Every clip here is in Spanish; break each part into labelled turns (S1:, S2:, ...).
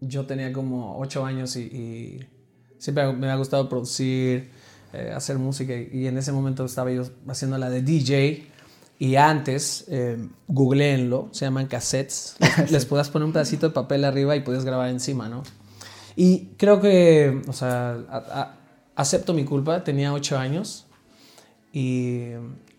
S1: yo tenía como 8 años y, y siempre me ha gustado producir, eh, hacer música y en ese momento estaba yo haciendo la de DJ. Y antes, eh, googleenlo, se llaman cassettes. Les podías poner un pedacito de papel arriba y podías grabar encima, ¿no? Y creo que, o sea, a- a- acepto mi culpa, tenía 8 años y,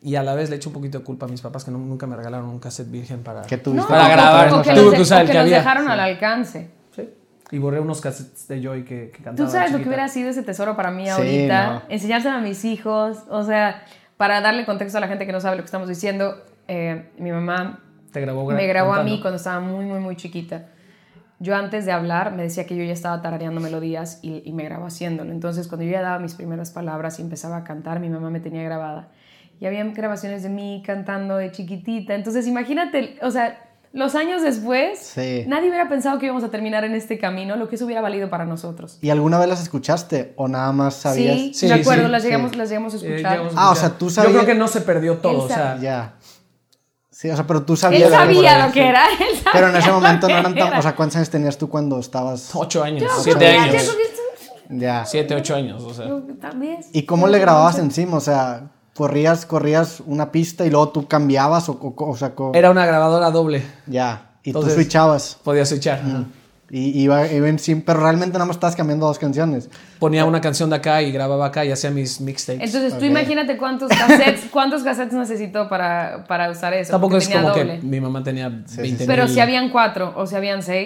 S1: y a la vez le echo un poquito de culpa a mis papás que no- nunca me regalaron un cassette virgen para...
S2: ¿Qué
S1: No,
S2: tuviste?
S1: Para
S2: que
S1: grabar,
S2: otra
S1: no
S2: vez
S1: sé.
S2: hablar?
S1: Tuve que usar el
S3: que
S1: que
S3: los
S1: había.
S3: dejaron al alcance.
S1: Sí. Y borré unos cassettes de Joy que, que cantaba.
S3: ¿Tú sabes lo que
S1: chiquita.
S3: hubiera sido ese tesoro para mí
S2: Sí,
S3: ahorita?
S2: no.
S3: Enseñárselo a mis hijos, o sea, para darle contexto a la gente que no sabe lo que estamos diciendo, eh, mi mamá
S1: Te grabó gra-
S3: me grabó a
S1: cantando.
S3: mí cuando estaba muy, muy, muy chiquita. Yo antes de hablar me decía que yo ya estaba tarareando melodías y, y me grabó haciéndolo. Entonces cuando yo ya daba mis primeras palabras y empezaba a cantar, mi mamá me tenía grabada. Y había grabaciones de mí cantando de chiquitita. Entonces imagínate, o sea, los años después,
S2: Sí.
S3: nadie hubiera pensado que íbamos a terminar en este camino, lo que eso hubiera valido para nosotros.
S2: ¿Y alguna vez las escuchaste o nada más sabías?
S3: Sí,
S1: Sí,
S3: me acuerdo,
S1: sí,
S3: las,
S2: sí.
S3: llegamos, las llegamos a
S1: Eh,
S3: escuchar.
S1: digamos,
S2: Ah, o sea, tú
S1: Yo
S2: sabías-
S1: creo que no se perdió todo, o
S3: Él
S1: sea...
S2: Ya. Sí, o sea, pero tú sabías.
S3: él
S2: de algo
S3: sabía
S2: de
S3: lo
S2: eso.
S3: que era, él sabía
S2: Pero en ese
S3: lo
S2: momento
S3: que
S2: no eran tan.
S3: era.
S2: O sea, ¿cuántos años tenías tú cuando estabas.?
S1: Ocho años,
S3: Yo,
S1: siete
S3: ya,
S1: años.
S3: yo creo
S2: Ya.
S1: Siete, ocho años, o sea.
S3: que- yo también.
S2: ¿Y cómo le grababas encima? O sea, corrías, corrías una pista y luego tú cambiabas o, o, o sea, co-
S1: Era una grabadora doble,
S2: ya. Y
S1: Entonces-
S2: tú switchabas.
S1: podía switchar. ajá.
S2: Y iba, iba encima, pero realmente nada más estabas cambiando dos canciones.
S1: Ponía una canción de acá y grababa acá y hacía mis mixtapes.
S3: Entonces tú imagínate cuántos cassettes, cuántos cassettes necesitó para, para usar eso.
S1: Tampoco
S3: porque
S1: es
S3: tenía
S1: como
S3: doble.
S1: que mi mamá tenía 20
S2: sí, sí.
S3: Pero
S1: mil.
S3: si habían cuatro o si habían seis,